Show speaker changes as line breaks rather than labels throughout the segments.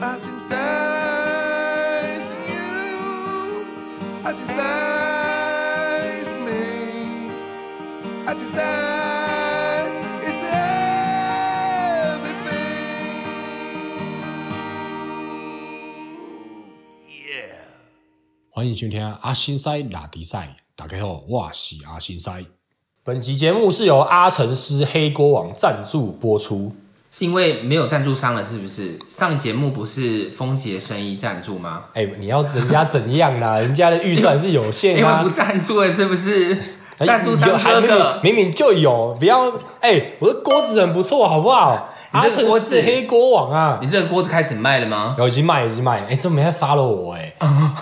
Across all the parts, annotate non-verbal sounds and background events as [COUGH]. As inside you, as inside me, as inside is everything. Yeah.
欢迎收听阿新塞拉迪赛，大家好，我是阿新塞。本集节目是由阿成师黑锅王赞助播出。
是因为没有赞助商了，是不是？上节目不是丰杰生意赞助吗？
哎、你要人家怎样
[LAUGHS]
啦？人家的预算是有限
因为
啊
不。赞助了，是不是？
哎
赞助商
有还
哥
明
哥
明，明明就有，不要哎、我的锅子很不错，好不好？
你
阿
这个
成
锅子
师黑锅王啊，
你这个锅子开始卖了吗？
然后已经卖，已经卖，哎、这没在发了我
[LAUGHS]
哎、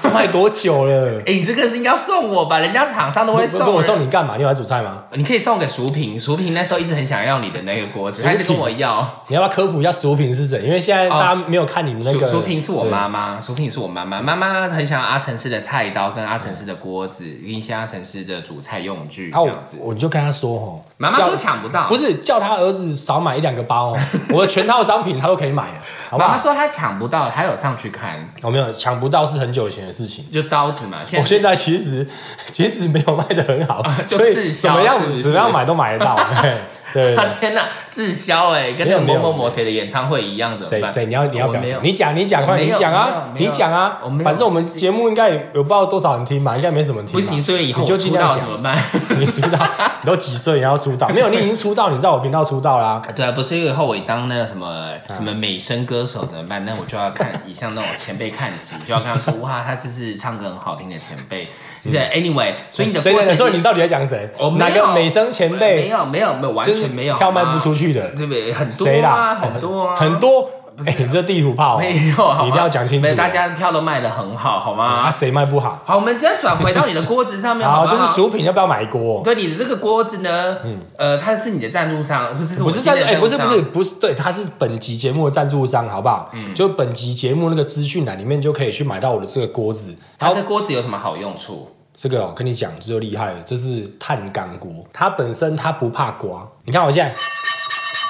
卖多久了？
哎、你这个是应该要送我吧？人家厂商都会
不
送
不
人。
我送你干嘛？你有来煮菜吗？
你可以送给淑萍，淑萍那时候一直很想要你的那个锅子，
淑萍
她一直跟我要。
你要不要科普一下薯品是谁？因为现在
哦
大家没有看你们那
淑
个。
淑萍是我
对
妈妈，淑萍是我妈妈，妈妈很想要阿成师的菜刀跟阿成师的锅子，跟一些阿成师的煮菜用具
啊，
这
我
样子。
我就跟他说吼，
妈妈说
叫
抢不到，
不是叫他儿子少买一两个
[LAUGHS]
包哦，我的全套商品他都可以买了，好不
妈妈
好？
说她抢不到，她有上去看，
我没有抢不到是很久以前的事情，
就刀子嘛。现
我
在
现在其实其实没有卖的很好，
啊就
所以
滞
怎
销
么样
是不是
怎么样买都买
[LAUGHS]
得到。嘿对对
啊
对，
[LAUGHS] 天哪，滞销哎，跟那
没有
个某
没有
某某谁的演唱会一样的。怎么
谁
办
谁你要你要
我
表
没
示
有，
你讲你讲
我
快
没
点
有
你讲啊
没有没
你
有
讲啊
我没，有
反正我们节目应该也有不知道多少人听嘛，应该没什么人听
不
吧。
行，所以以后
你就
我
尽
出
量
道
讲
怎么办？ [LAUGHS]
[LAUGHS] 你出道，你都几岁你要出道？没有，你已经出道，你在我频道出道啦。
对啊，不是以后我当那个什么呃什么美声歌手怎么办？那我就要看以上那种前辈看齐，就要跟他说哇，他这是唱歌很好听的前辈。对，anyway，所以你的
嗯谁
锅
谁？
子
所以你到底在讲谁
我？哦没
哪
有
个美声前
没
辈？
有没有没有完
就是
全没有
票卖不出
去，
去的，
对不对？很多
谁啦？哦
啊，很多啊，
很多。哎，你这地图炮哦，
没有，好吗
你一定要讲清
没
楚。哦
有大家票都卖的很好，好吗
啊，？谁卖不好？
好，我们再转回到你的锅子上面，好
好，
吗
就是薯品要不要买锅？
对你的这个锅子呢，呃，它是你的赞助商，不是是
不
我
是
今
赞
天
助，哎，
的赞
不
助
是
商，
不是不是，对，他是本集节目的赞助商，好不好？
嗯
就本集节目那个资讯栏里面就可以去买到我的这个锅子。然
它
后
这锅子有什么好用处？
这个哦我跟你讲，这就厉害了，这是碳钢锅，它本身它不怕刮。你看我现在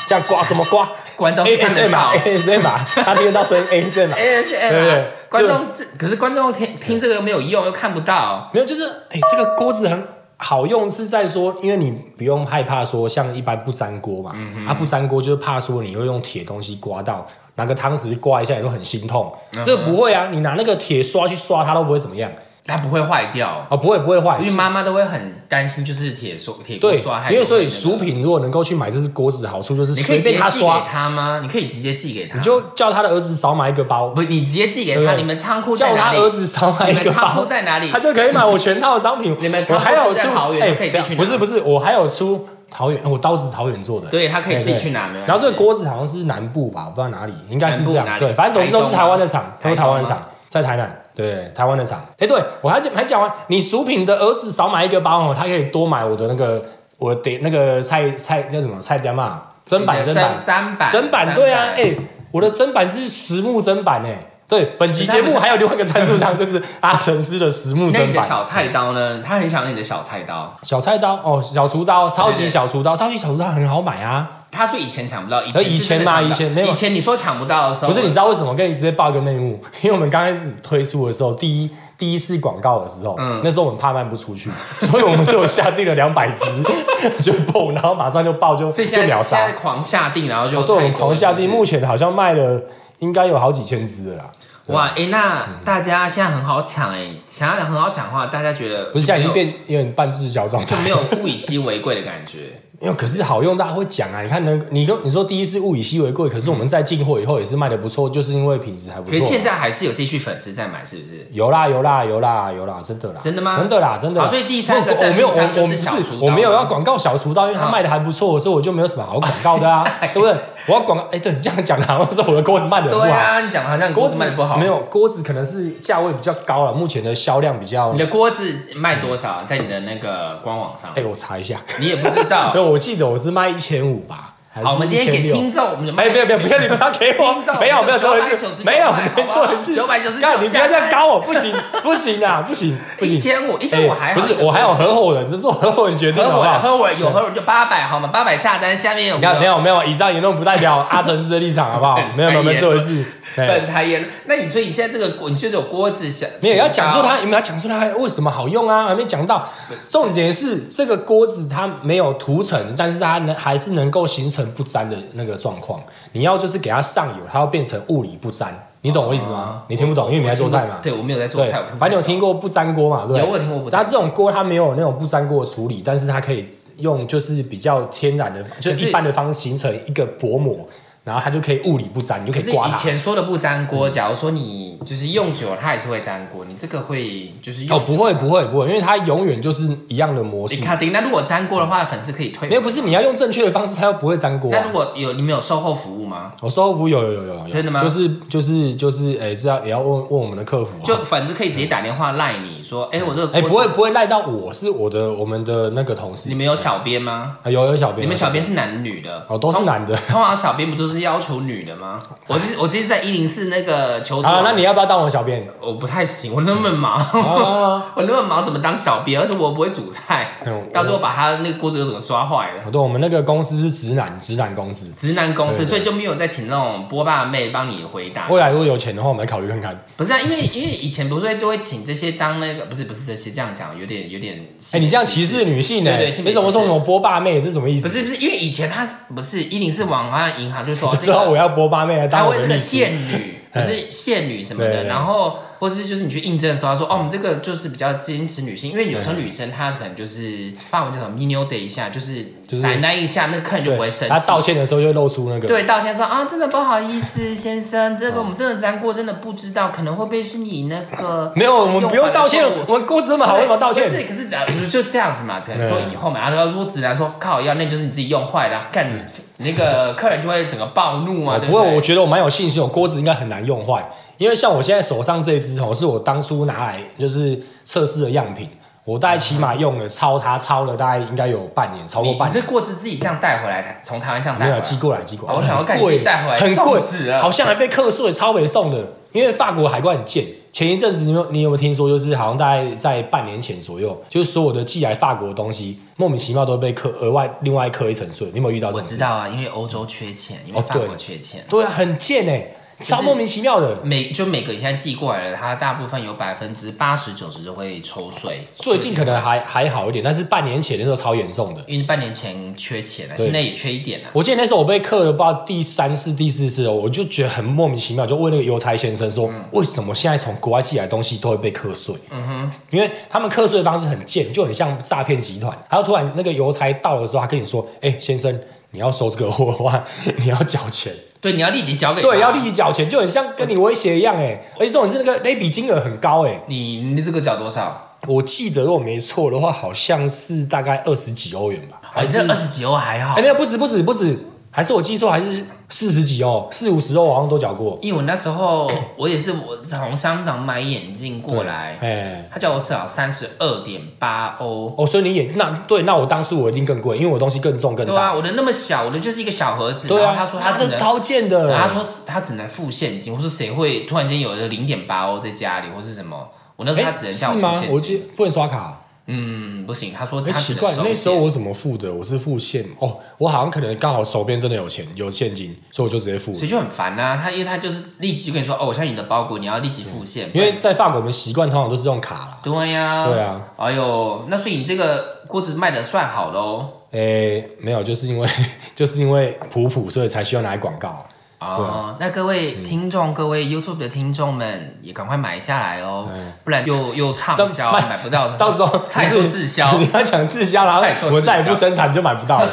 这样刮，怎么刮
观众是看得
？ASM
到
啊，ASM 啊，他听得到声音 ASM
[LAUGHS]
啊。
哎，是哎
对对
啦
就
观众是，可是观众听听这个没有用，又看不到。
没有，就是哎、这个锅子很好用，是在说，因为你不用害怕说像一般不粘锅嘛，
嗯
啊不粘锅就是怕说你会用铁东西刮到，拿个汤匙去刮一下，你都很心痛。
嗯
这不会啊，你拿那个铁刷去刷它都不会怎么样
它不会坏掉，
哦，不会不会坏
因。为妈妈都会很担心，就是铁刷铁锅
对
刷害，
因为所以
那个
薯，品如果能够去买这只锅子，好处就是
你可
随
以直接
便他
寄给
刷，
他吗？你可以直接寄给他，
你就叫他的儿子少买一个包，
不，你直接寄给
对
他。
对
你们仓库在
叫
哪
他
里？
儿子少买一
你
个
们仓
包
库在哪里
他就可以买我全套的商品。
你们
我
仓库
还有
是在
出
桃园
哎，
可以自己去拿
不是不是，我还有出桃园，哎我刀子桃园做的。哎
对他可以自己
对
去拿没关系
然后这个锅子好像是南部吧，我不知道哪里，应该是这样
南部哪。里
对，反正总之都是台湾的厂，都
台
是
中吗
台湾的厂，在台南。对，台湾的厂。哎，对我还讲还讲完，你薯品的儿子少买一个包哦，他可以多买我的那个我的那个菜菜叫什么菜单嘛，砧板
你的
砧板
砧板
砧板，
砧
对啊，
板
哎、我的砧板是实木砧板哎、对，本集节目还有另外一个赞助商，就是阿成师的实木
那你
砧
的
板。
小菜刀呢？他很想要你的小菜刀。
小菜刀哦，小厨刀，超
对
级
对
小厨刀，超级小厨刀很好买啊！
他说以前抢不到，以
呃
前
以前嘛
是
以
真的抢不到
前没有
以前你说抢不到的时候，
不是，你知道为什么？跟你直接爆一个内幕， [LAUGHS] 因为我们刚开始推出的时候，第一第一次广告的时候，
嗯
那时候我们怕卖不出去， [LAUGHS] 所以我们是有下定了两百只， [LAUGHS] 就砰，然后马上就爆，就
所以
就
现在
秒
现
杀
在。狂下定，然后就
哦对，我们
太多
狂下
了
定，
是不
目前好像卖了应该有好几千只了啦。
是哇，哎、那
嗯
大家现在很好抢哎、想要很好抢的话，大家觉得
不是，现在已
就
经
没有
变有点半滞销状态
就。没有物以稀为贵的感觉。
因为可是好用，大家会讲啊。你看呢，你说你说第一是物以稀为贵，可是我们在进货以后也是卖的不错，就是因为品质还 [LAUGHS] 不
可是
错。
现在还是有继续粉丝在买，是不是？
有啦有啦有啦有啦，真的啦，
真的吗
真的啦真的啦。
好所以第三个
不我我没有我
赞助
我
商就
不
是
是
小厨刀
我没有
吗
要广告小厨刀，因为它
好
卖的还不错，所以我就没有什么好广告的
[LAUGHS]
啊，对不对？我要广告，哎，对你这样讲的好像是我的锅子卖的不好。
对啊，你讲的好像你
锅
锅
子
子卖的不好，
没有锅子可能是价位比较高了，目前的销量比较
你。的锅子卖多少？在你的那个官网上，
哎，我查一下， [LAUGHS]
你也不知道
对，我记得我是卖一千五吧，还是
好，我们今天给
1600
听众，我们就
哎，不要不要不要，你不要给
听众
我，没有没有，
999
错一次，没有
好不好
没错一次，
999
干你不要这样搞我，不行不行啊，不行不行，
一千五一千五
哎
还好
不是，我还有合伙人，这是我合伙人决定的，
合
好不
伙人
好？
合伙人有合伙人就八百好吗？八百下单，下面有
你看，没有没有，以上言论不代表阿纯师的立场，好不好？没有没有，没有这回事。
本
对，
台言论？那你说你现在这个，你现在有锅子想，
你也要讲出它，你们要讲出它为什么好用啊？还没讲到，重点是这个锅子它没有涂层，但是它能还是能够形成不粘的那个状况。你要就是给它上油，它要变成物理不粘，你懂我意思吗？你听不懂，因为你在做菜嘛。
哦对，我没有在做
对
菜，我，
反正你有听过不粘锅嘛？对不对，
有我有听过不粘锅
它这种锅它没有那种不粘锅的处理，但是它可以用就是比较天然的，就
可是
一般的方式形成一个薄膜，然后它就可以物理不粘，你就可以
可是
刮
以
它。
前说的不粘锅，
嗯
假如说你就是用久了，它还是会粘锅。你这个会就是用
哦，不会不会不会，因为它永远就是一样的模
你
式。
看定。那如果粘锅的话，粉丝可以退。
没有，不是你要用正确的方式，它又不会粘锅、
那
啊
如。果有你们有售后服务吗？
我售后服务有有有有有，
真的吗
就是就是就是，哎、这要也要问问我们的客服、啊。
就粉丝可以直接打电话赖你说，哎，我这个
哎、
锅
不会不会赖到我是我的我们的那个同事
你，们有小编吗？
啊有有小编，
你们小编是男女的？
哦都是
通
男的。
通常小编不都是要求女的
[LAUGHS]
吗？我之我之前在一零四那个求助，
好了，那你要不要嗯当我小编？
我不太行，我那么忙，
啊，
[LAUGHS] 我那么忙怎么当小编？而且我不会煮菜
嗯，
到时候把他那个锅子又怎么刷坏了？
对，我们那个公司是直男直男公司，
直男公司，
对对
所以就没有再请那种波霸妹帮你回答。
未来如果有钱的话，我们来考虑看看。
不是啊，因为因为以前不是会都会请这些当那个，不是不是这些这样讲有点有点。
哎、你这样歧视女性呢、哎
对对性别
你怎么
歧视
说我波霸妹？这是什么意思？
不是不是，因为以前他不是一零四网好像银行就说
[LAUGHS] 就
这
知道我
个
要波霸妹来
他
当我
会
的
那
律
个
师。
限女，不是限女什么
对对
的，
对
然后或是就是你去应征的时候，他说哦，我们这个就是比较坚持女性，因为有时候女生她可能就是法文叫什么 mino d 一下，就是
就是
奶奶一下，那个客人就不会生
对，他
气。
道歉的时候就嗯会露出那个。
对，道歉说啊，真的不好意思，先生，这个我们真的粘过，真的不知道，可能会不会是你那个
[LAUGHS] 没有，我们不用道歉
用法的错误，
我们锅子这么好，为什么道
可是
歉？嗯
可是，假如就这样子嘛，可能说以后嘛，然后如果指南说靠要，那就是你自己用坏的、啊，干你那个客人就会整个暴怒啊。
哦
对
不过
对
我觉得我蛮有信心，我锅子应该很难用坏，因为像我现在手上这只哦，是我当初拿来就是测试的样品，我大概起码用了超它超了大概应该有半年，超过
你
半
你
年
这。过自自己这样带回来，从台湾这样带
没有
回来，
寄过来，寄过来。
哦我想要看
很贵
你自己带回来
很贵
送死，了
好像还被课税，超没送的。因为法国海关很贱。前一阵子你有你有没有听说，就是好像大概在半年前左右，就是所有的寄来法国的东西，莫名其妙都被课额外另外课一层税。你有没有遇到这
我
种
知
事？
道啊，因为欧洲缺钱，因为
哦
法
对
国缺钱。
对啊，很贱哎、超莫名其妙的。
每就每个你现在寄过来的，它大部分有百分之八十九十都会抽税。
最近可能还还好一点，但是半年前那时候超严重的。
因为半年前缺钱了，
对
现在也缺一点了。
我记得那时候我被克了，不知道第三次、第四次哦，我就觉得很莫名其妙，就问那个邮差先生说，为什么现在从国外寄来的东西都会被课税？嗯哼，因为他们课税的方式很贱，就很像诈骗集团。然后突然那个邮差到的时候，他跟你说，哎、先生，你要收这个货的话， [LAUGHS] 你要缴钱。
对，你要立即交给
对，啊
他
要立即缴钱，就很像跟你威胁一样哎、而且这种是那个那笔金额很高哎、
你你这个缴多少？
我记得如果没错的话，好像是大概二十几欧元吧，还
还
是
是二十几欧还好
哎、。没有，不止不止不止，还是我记错，还是四十几哦，四五十哦，我好像都缴过。
因为我那时候我也是我从香港买眼镜过来，
哎、
他叫我少三十二点八欧。
哦，所以你也那对，那我当初我一定更贵，因为我东西更重更
对啊，
大。
我的那么小，我的就是一个小盒子。
对啊，
然后他说他只
这
能，
超贱的。
他说他只能付现金。我说谁会突然间有个零点八欧在家里或是什么？我那时候他只能
哎，
叫
是
我
吗
付？
我
现
记
金。
不能刷卡。啊
嗯，不行，他说
哎、
他
奇
只
怪
能，收
那时候
现
我怎么付的？我是付现哦，我好像可能刚好手边真的有钱，有现金，所以我就直接付了
所以。就很烦啊。他因为他就是立即跟你说，哦，我现在你的包裹你要立即付现，
嗯因为在法国，我们习惯通常都是用卡啦。
对呀、
对啊，
哎呦，那所以你这个锅子卖的算好喽。
诶、没有，就是因为 [LAUGHS] 就是因为普普，所以才需要拿来广告啊。嗯对
哦，那各位听众、各位 YouTube 的听众们也赶快买下来哦，不然又又畅销，
嗯但卖
买不到的，
到时候
菜说哦滞
[LAUGHS]
销
你，要讲滞销，然
菜说
后
滞销
我再也不生产就买不到
[LAUGHS]
了。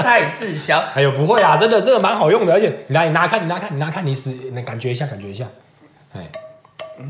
菜滞销。
哎呦，不会啊，真的这个蛮好用的，而且你拿你拿看，你拿看，你拿看，你使你感觉一下，感觉一下。
啊
哎，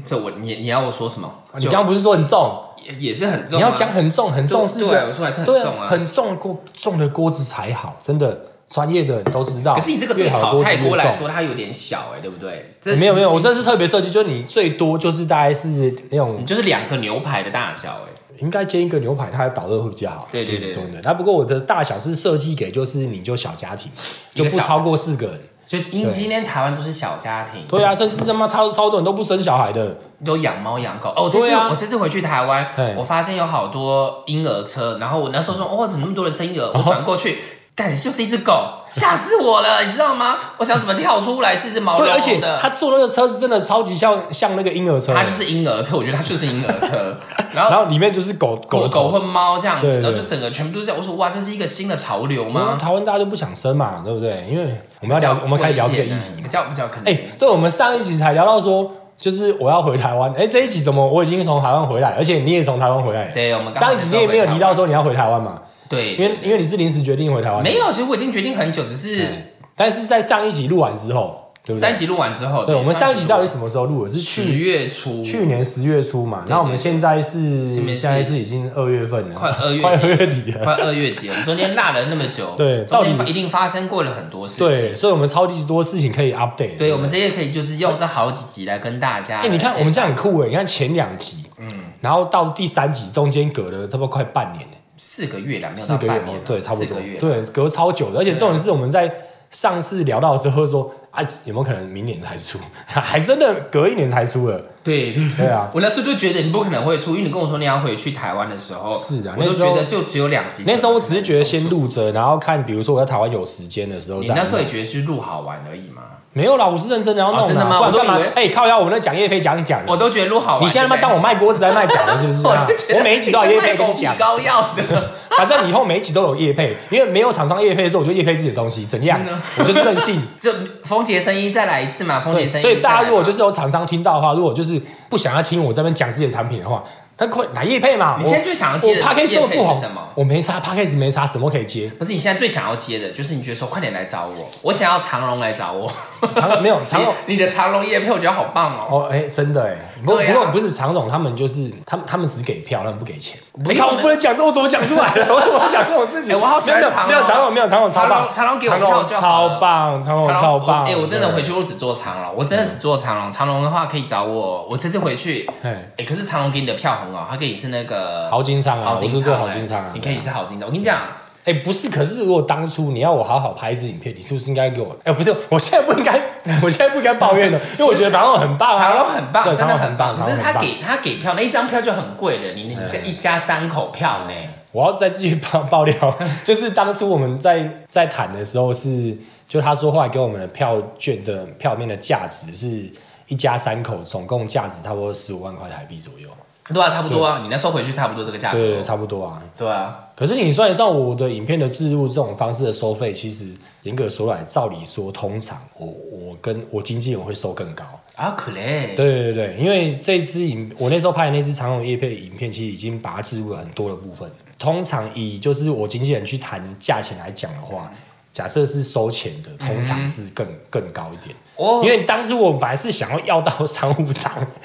这我你你要我说什么？
啊你
就
刚刚不是说很重？
也也是很重、
你要讲。很重，很重
对
是一
啊对
个
我说还是很
对
重啊
很重的锅重的锅子才好，真的专业的人都知道。
可是你这个
越
对
好
炒菜
锅子越
锅来
重
说，它有点小哎、对不对？这
没有没有，我这是特别设计，就是你最多就是大概是那种
你就是两个牛排的大小哎、
应该煎一个牛排，它的导热会比较好。
对对
其实
对
真的。那不过我的大小是设计给就是你就小家庭，
一
就
个
不
小
超过四个人。
所以因为今天台湾都是小家庭，
对啊，甚至他妈超超多人都不生小孩的。
都养猫养狗。哦，我这次、
对啊
我这次回去台湾
嘿，
我发现有好多婴儿车，然后我那时候说，哦，怎么那么多人生婴儿？我转过去。干，就是一只狗，吓死我了，你知
[LAUGHS]
道吗？我想怎么跳出来是一只毛茸
对，而
茸
且
啊的，
他坐那个车子真的超级像像那个婴儿车，
它就是婴儿车，我觉得它就是婴儿
[LAUGHS]
车。然
然
后
后里面就是狗狗
狗
的
狗
头
或猫这样
对
子，
对
然后就整个全部都是这样。我说哇，这是一个新的潮流
因为
吗？
台湾大家都不想生嘛，对不对？因为我们要聊，我们开始聊这个议题
比
嘛。
较比较可能。
哎、对，我们上一集才聊到说，就是我要回台湾。哎、这一集怎么我已经从台湾回来，而且你也从台湾回来了。
对我们刚好
上一集你也没有提到说你要回台湾嘛，
对，
因为因为你是临时决定回台湾。
没，有，其实我已经决定很久，只是
但是在上一集录完之后，对不
三
对？
集录完之后，
对，我们上一集
录
到
完
底什么时候录的？是去
十月初，
去年十月初嘛，然后我们现在是
现在是
现在是已经二月份了，
快二月底
[LAUGHS] 快二月底了。
快二月底，我们中间落了那么久，
对
中间
到底
一定发生过了很多事情。
对，所以我们超级多事情可以 update。
对，我们这些可以就是用这好几集来跟大家。
哎，你看我们这样很酷哎，你看前两集，嗯，然后到第三集中间隔了差不多快半年欸
四个月了，没有
四
到
个月
半年
哦
了，
对，差不
四
多
个月，，
对，隔超久的，而且重点是我们在上次聊到的时候说啊，有没有可能明年才出？ [LAUGHS] 还真的隔一年才出了，
对对
对啊。
[LAUGHS] 我那时候就觉得你不可能会出，因为你跟我说你要回去台湾的时候，
是啊
我
那
就
时候
觉得就只有两集。
那时候我只是觉得先，录着，然后看，比如说我在台湾有时间的时候
你
再弄。
那时候也觉得是录好玩而已嘛，
没有啦，我是认真的要弄啊
哦真的吗
不然干嘛
我都以为？
哎、靠腰，我那讲叶配讲讲，
我都觉得录好玩。
你现在他妈当我卖锅子在卖讲
[LAUGHS]
了是不
对
是、
不对？
啊
我就觉得
我每一集都要叶配跟你
你是 [LAUGHS]
讲
卖枸杞，膏药的，
反正以后每一集都有叶配，因为没有厂商叶配的时候，我就叶配自己的东西，怎样
[LAUGHS] 真的？
我就是任性。
就冯杰声音再来一次嘛，冯杰
对，
声音。。
所以大家如果就是
[LAUGHS]
是有厂商听到的话，如果就是不想要听我这边讲自己的产品的话，那快来叶配嘛。
你现在最想要
我
接
我
的
p
业
a c a
配是
这么不红
什么，
我没啥 p a c a g 没啥什么可以接，
不是你现在最想要接的，就是你觉得说快点来找我，我想要长隆来找我。
长没有 [LAUGHS] 长荣
[LAUGHS] 你你的长隆叶配我觉得好棒哦。
哦，哎、真的哎，不、
对啊
不过不是常总他们就是他们他们只给票，他们不给钱。
不
你看、
用
我不能讲这，我怎么讲
[LAUGHS]
出来了？我怎么讲这种事情？
哎我好喜欢
没有
长荣
没有常总，没有常总超棒，
长荣长荣给我
长荣
票就好
超
了
棒，常总哦超棒。嗯
哎、我真的
对
回去我只做长隆，我真的只做长隆。长隆的话可以找我，我这次回去，哎、
哎
可是长隆给你的票很好，他给你是那个
豪金仓啊，
好
我
金
是做
仓
好
哎
金仓啊。
你可以是好金仓。我跟你讲，
哎、不是，可是如果当初你要我好好拍一支影片，你是不是应该给我？哎、不是，我现在不应该， [LAUGHS] 我现在不应该抱怨的，因为我觉得常总很棒啊，
长隆很棒，
对
真
长
的
荣
很棒。
棒，
可
长荣
是
很
他
棒哎
给他给票那一张票就很贵了，你你这一家三口票呢、
我要再继续爆爆料，就是当初我们在在谈的时候是，就他说后来给我们的票券的票面的价值是一家三口总共价值差不多十五万块台币左右，
对啊，差不多啊。你那时候回去差不多这个价格。
对，差不多啊。
对啊，
可是你算一算我的影片的置入这种方式的收费，其实严格说来，照理说通常我我跟我经纪人会收更高。
啊可嘞。
对对对，因为这支影我那时候拍的那支长龙叶配影片，其实已经把它置入了很多的部分。通常以就是我经纪人去谈价钱来讲的话，假设是收钱的，通常是更、更高一点。
哦
因为当时我本来是想要要到商务舱， [LAUGHS]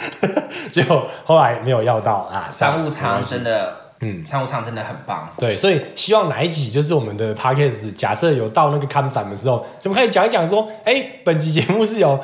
结果后来没有要到啊，
商务
没
舱
关系
真的，嗯，商务舱真的很棒。
对，所以希望哪一集就是我们的 podcast，假设有到那个看展的时候，就可以讲一讲说，哎，本集节目是由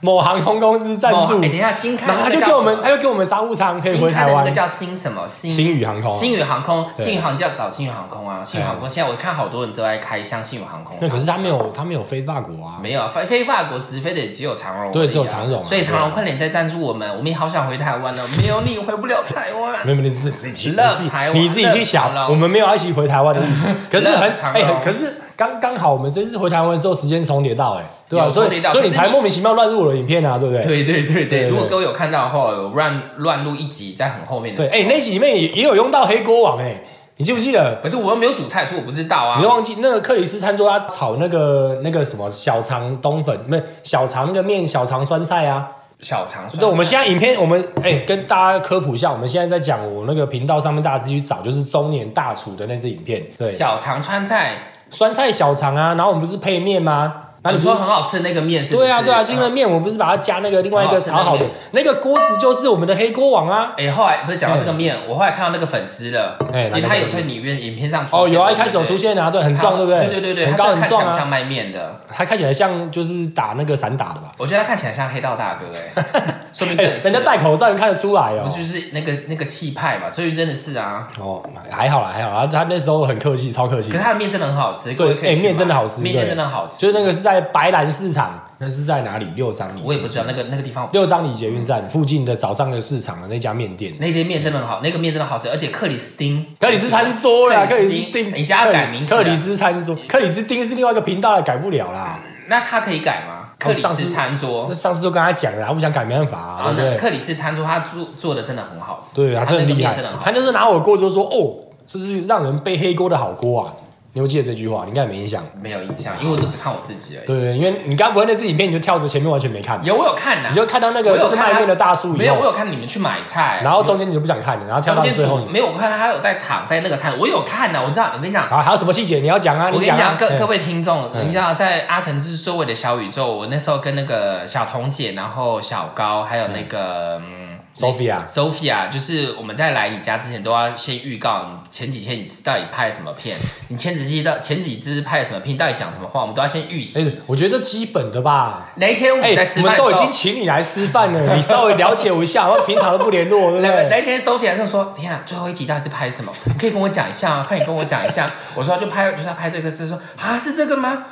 某航空公司赞助。
哦哎等一下新开
然
的
后
那
他
个
就
叫
给
什么，
我们，他就给我们商务舱可以回
新开
台
的那个
湾。
叫新什么？新
新宇航空啊
新宇航空，
对
新宇航就要找新宇航空啊！新宇航空现在我看好多人都在开像新宇航空
那
商务舱，
可是他没有，他没有飞法国啊。
没有啊飞飞法国直飞的只有长荣而已啊，
对只有长荣啊
所以长
对
荣
啊
快点再赞助我们，我们也好想回台湾哦，没有你回不了台湾。
没有，没有，你自己自己去，
乐
你自己
台湾
你自己去
乐长
想，
隆
我们没有要一起回台湾的意思。可是
乐
很
长
哎、很
隆
可是刚刚好，我们这次回台湾的时候时间重叠到哎、对吧、
有
所
重叠
以
到
所以
可
你
是
才
你
莫名其妙乱入我的影片啊，对不对？
对对对对，
对
如果各位有看到的话，有乱乱录一集在很后面的
对，
时候，
哎、那集里面也也有用到黑锅王哎、你记不记得？
可是我又没有煮菜，所以我不知道啊
你都。忘记那个克里斯餐桌他炒那个那个什么小肠冬粉，没有小肠那个面小肠酸菜啊。
小肠酸菜，
对，我们现在影片，我们哎、跟大家科普一下，我们现在在讲我那个频道上面，大家自己去找，就是中年大厨的那支影片。对，
小肠川菜，
酸菜小肠啊，然后我们不是配面吗？然后
啊，你
你不
说
是
很好吃的那个面是不是？
对啊对啊，就那个面，我不是把它加那个另外一个炒好的
哦
那个锅子，就是我们的黑锅王啊。
哎、后来不是讲到这个面，我后来看到那个粉丝了，
哎哪
其实
个
他有
粉丝
在里面影片上出
哦，
现
有啊，
对
一开始有
对
出现啊，对，很
他
壮，对不对？
对对对，
很高
他真的
很壮
看起来像
啊，
卖面的，
他看起来像就是打那个散打的吧？
我觉得他看起来像黑道大哥哎、 [LAUGHS] 说明
哎、
真的是
人家戴口罩你看得出来
不
哦。
就是那个那个气派嘛？所以真的是啊，
哦，还好啦，还好啦，他那时候很客气，超客气
可是。他的面真的很好吃，各
对
位，可
哎、
以去
面真的
买
好吃，
面真
对
的好吃。
就是那个是在白兰市场，那是在哪里？六张里，
我也不知道那个那个地方，
六张里捷运站附近的早上的市场的那家面店。
那间面真的很好，那个面真的好吃，而且克里斯汀，
克里斯餐桌啦，克里斯
汀
丁，，
你家改名字啊嗯了
克里斯餐桌，克里斯丁是另外一个频道了，改不了啦。
那他可以改吗？克里
哦上次
斯餐桌
那，上次都跟他讲了，他不想改没办法啊，
然后
对
呢，
不对？
哦克里斯餐桌他做做的真的很好吃，
对啊，
他
真
那
的厉
个面
害
真的很，好
他
吃。
就是拿我锅就说，哦，这是让人背黑锅的好锅啊。你有记得这句话？你应该没印象。
没有印象，因为我都只看我自己而已。
对对，因为你刚不会那次影片，你就跳着前面完全没看，
有我有看呐、
你就看到那个
我有
就是
看
卖
他
面的大叔
没
以
有，我
后，
有看你们去买菜，
然后中间你就不想看了，然后跳
中
到
间
最后
煮，没有，我看他有在躺在那个餐，我有看呐、我知道。我跟你讲，
啊，还有什么细节你要讲啊？
我跟你
讲啊
讲，，各
哎
各位听众，你知道在阿成是座位的小宇宙，我那时候跟那个小彤姐，然后小高，还有那个。嗯
Sophia
Sophia，就是我们在来你家之前都要先预告，你前几天你到底拍什么片，你前几期到前几支拍什么片，你到底讲什么话，我们都要先预
哎
习。，
我觉得这基本的吧。
哪一天我
哎、
们在吃
我们
饭的时候，
都已经请你来吃饭了，你稍微了解我一
[LAUGHS]
下，我们平常都不联络，对不
那
对？
[LAUGHS] 那一天 Sophie 还跟我说：“天啊，最后一集到底是拍什么？ [LAUGHS] 可以跟我讲一下啊，快点跟我讲一下。” [LAUGHS] 我说：“就拍，就是要拍这个。”他说：“啊，是这个吗？”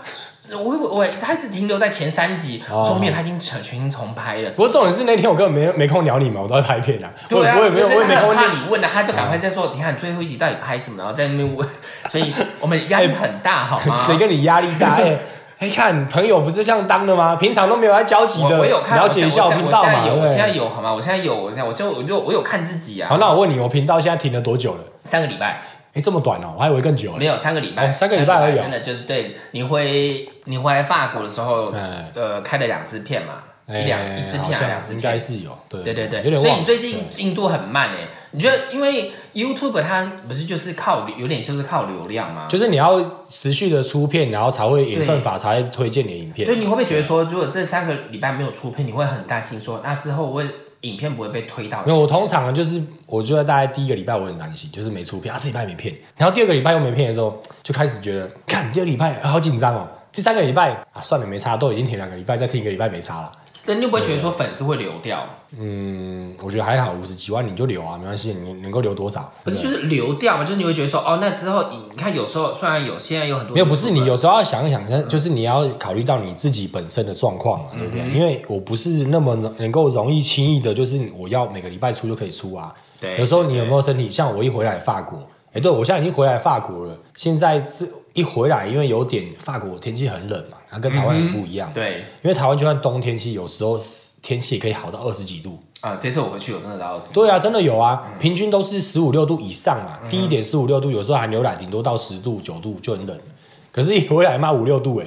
我我我，他一直停留在前三集，
哦
后面他已经全全新重拍了。
不过重点是那天我根本没没空聊你们，我都在拍片啊。我
[LAUGHS] 对啊，
我也没有，
可是
我也没
他很
空
怕
聊。
你问了，他就赶快在说：“你看最后一集到底拍什么？”然后在那边问，所以我们压力很大，好吗？
[LAUGHS] 谁跟你压力
[LAUGHS]
大？哎、哎、看朋友不是这样当的吗？平常都没有来交集
我
的，
我有看，
了解一下
我现
频
在
道
我现
嘛，
在
对
有，
不
我现在
对？
有好吗？我现在有，我现在我就我就我有看自己
好，
啊，
那我问你，我频道现在停了多久了？
三个礼拜。
哎、这么短哦、我还以为更久了
没。有三个礼拜，
哦三个礼拜而已哦
真的就是对你回你回来法国的时候，
嗯
呃，开了两支片嘛，
哎
一两一支
好
片还
像
两支
应该
片。
是有，对
对对对，
有点
所以
忘了。
你最
对
近进度很慢哎、你觉得因为 YouTube 它不是就是靠有点就是靠流量吗？
就是你要持续的出片，然后才会演算法才会推荐你的影片。
对，你会不会觉得说，如果这三个礼拜没有出片，你会很担心说，那之后我会影片不会被推到？
没有，我通常就是，我觉得大概第一个礼拜我很担心，就是没出片，啊，这礼拜没片，然后第二个礼拜又没片的时候，就开始觉得，看第二个礼拜、啊好紧张哦，第三个礼拜啊，算了，没差，都已经停两个礼拜，再停一个礼拜没差了。
但你会不会觉得说粉丝会流掉？
嗯，我觉得还好，五十几万你就留啊，没关系，你能够留多少？
不是，
对
就
对
是流掉嘛，就是你会觉得说，哦，那之后你你看，有时候虽然有现在有很多
没有，不是
YouTuber
你有时候要想一想，就是你要考虑到你自己本身的状况
嗯
嘛，对不对？因为我不是那么能够容易轻易的，就是我要每个礼拜出就可以出啊。
对
有时候你
对
有没有身体？像我一回来法国，哎、对我现在已经回来法国了。现在是一回来，因为有点法国天气很冷嘛，它跟台湾很不一样。
嗯对
因为台湾就算冬天气，有时候天气也可以好到二十几度。
啊，这次我回去我真的到二十，
对啊，真的有啊，平均都是十五六度以上嘛，低一点十五六度，有时候含牛奶顶多到十度九度就很冷了，可是一回来妈五六度哎、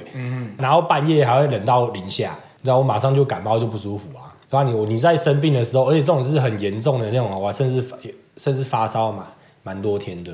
然后半夜还会冷到零下，然后我马上就感冒就不舒服啊。然后你我你在生病的时候，而且这种是很严重的那种，啊哇，甚至发甚至发烧嘛，蛮多天的，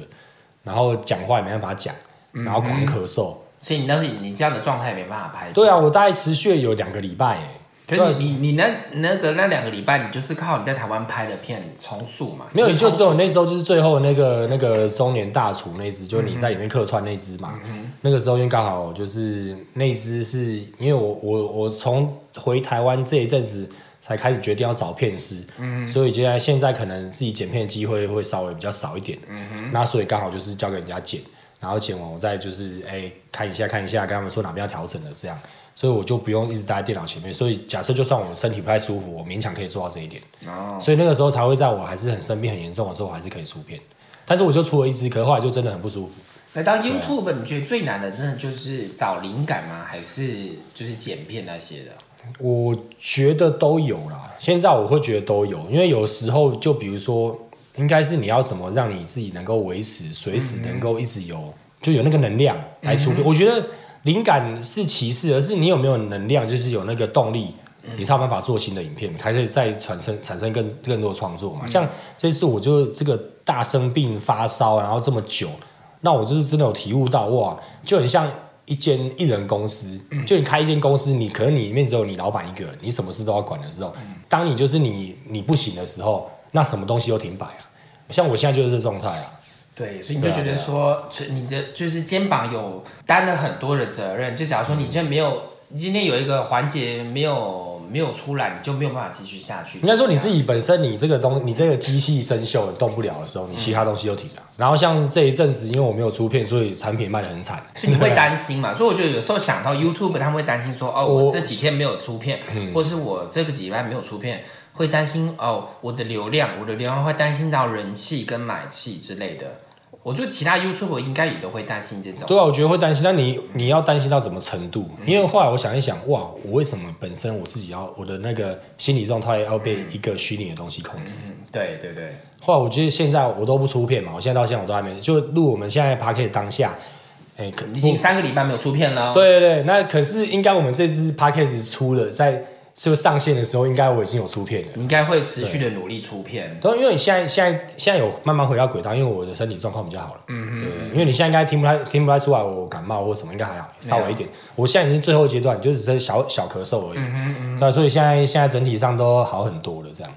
然后讲话也没办法讲，然后狂咳嗽。
所以你那是你这样的状态没办法拍。
对啊，我大概持续了有两个礼拜哎、
可
对啊
是你你你那那个那两个礼拜，你就是靠你在台湾拍的片重塑嘛？
没有，就
重
只有那时候就是最后那个那个中年大厨那只，就是你在里面客串那只嘛。那个时候因为刚好就是那只是因为我我我从回台湾这一阵子才开始决定要找片师，所以现在现在可能自己剪片的机会会稍微比较少一点，那所以刚好就是交给人家剪，然后剪完我再就是哎、看一下看一下，跟他们说哪边要调整的这样。所以我就不用一直待在电脑前面，所以假设就算我身体不太舒服，我勉强可以做到这一点。
哦，
所以那个时候才会在我还是很生病、很严重的时候，我还是可以出片。但是我就出了一支，可是后来就真的很不舒服。
来到
啊
YouTube，你觉得最难的真的就是找灵感吗？还是就是剪片那些的？
我觉得都有啦，现在我会觉得都有，因为有时候就比如说，应该是你要怎么让你自己能够维持，随时能够一直有，就有那个能量来出片。我觉得灵感是其次，而是你有没有能量，就是有那个动力。你才有办法做新的影片，才可以再产生产生更更多的创作嘛。像这次我就这个大生病发烧，然后这么久，那我就是真的有体悟到，哇，就很像一间一人公司，
嗯
就你开一间公司，你可能你里面只有你老板一个人，你什么事都要管的时候，
嗯
当你就是你你不行的时候，那什么东西都停摆啊。像我现在就是这状态啊，
对，所以你就觉得说，所以你的就是肩膀有担了很多的责任。就假如说你今天没有，今天有一个环节没有没有出来，你就没有办法继续下去。
应该说你自己本身你这个东你这个机器生锈你动不了的时候，你其他东西都停
嗯
了。然后像这一阵子，因为我没有出片，所以产品卖的很惨。
所
[LAUGHS]
以你会担心嘛？所以我觉得有时候想到 YouTube，他们会担心说，哦，我
我嗯
这几天没有出片，或是我这个礼拜没有出片，会担心哦，我的流量，我的流量会担心到人气跟买气之类的。我觉得其他 YouTube 应该也都会担心这种。
对啊，我觉得会担心。但你你要担心到什么程度？
嗯
因为后来我想一想，哇，我为什么本身我自己要我的那个心理状态要被一个虚拟的东西控制？
嗯对对对，
后来我觉得现在我都不出片嘛，我现在到现在我都还没就录我们现在 p a r k 当下，哎、可
已经三个礼拜没有出片了。
对对对，那可是应该我们这支 p a c k a g e 出了，在就上线的时候，应该我已经有出片了。
你应该会持续的努力出片。
然后因为你现在现在现在有慢慢回到轨道，因为我的身体状况比较好了。嗯嗯。对，因为你现在应该听不太听不太出来我感冒或什么，应该还好，稍微一点。我现在已经最后阶段，就只剩小小咳嗽而已。嗯嗯对，所以现在现在整体上都好很多了，这样。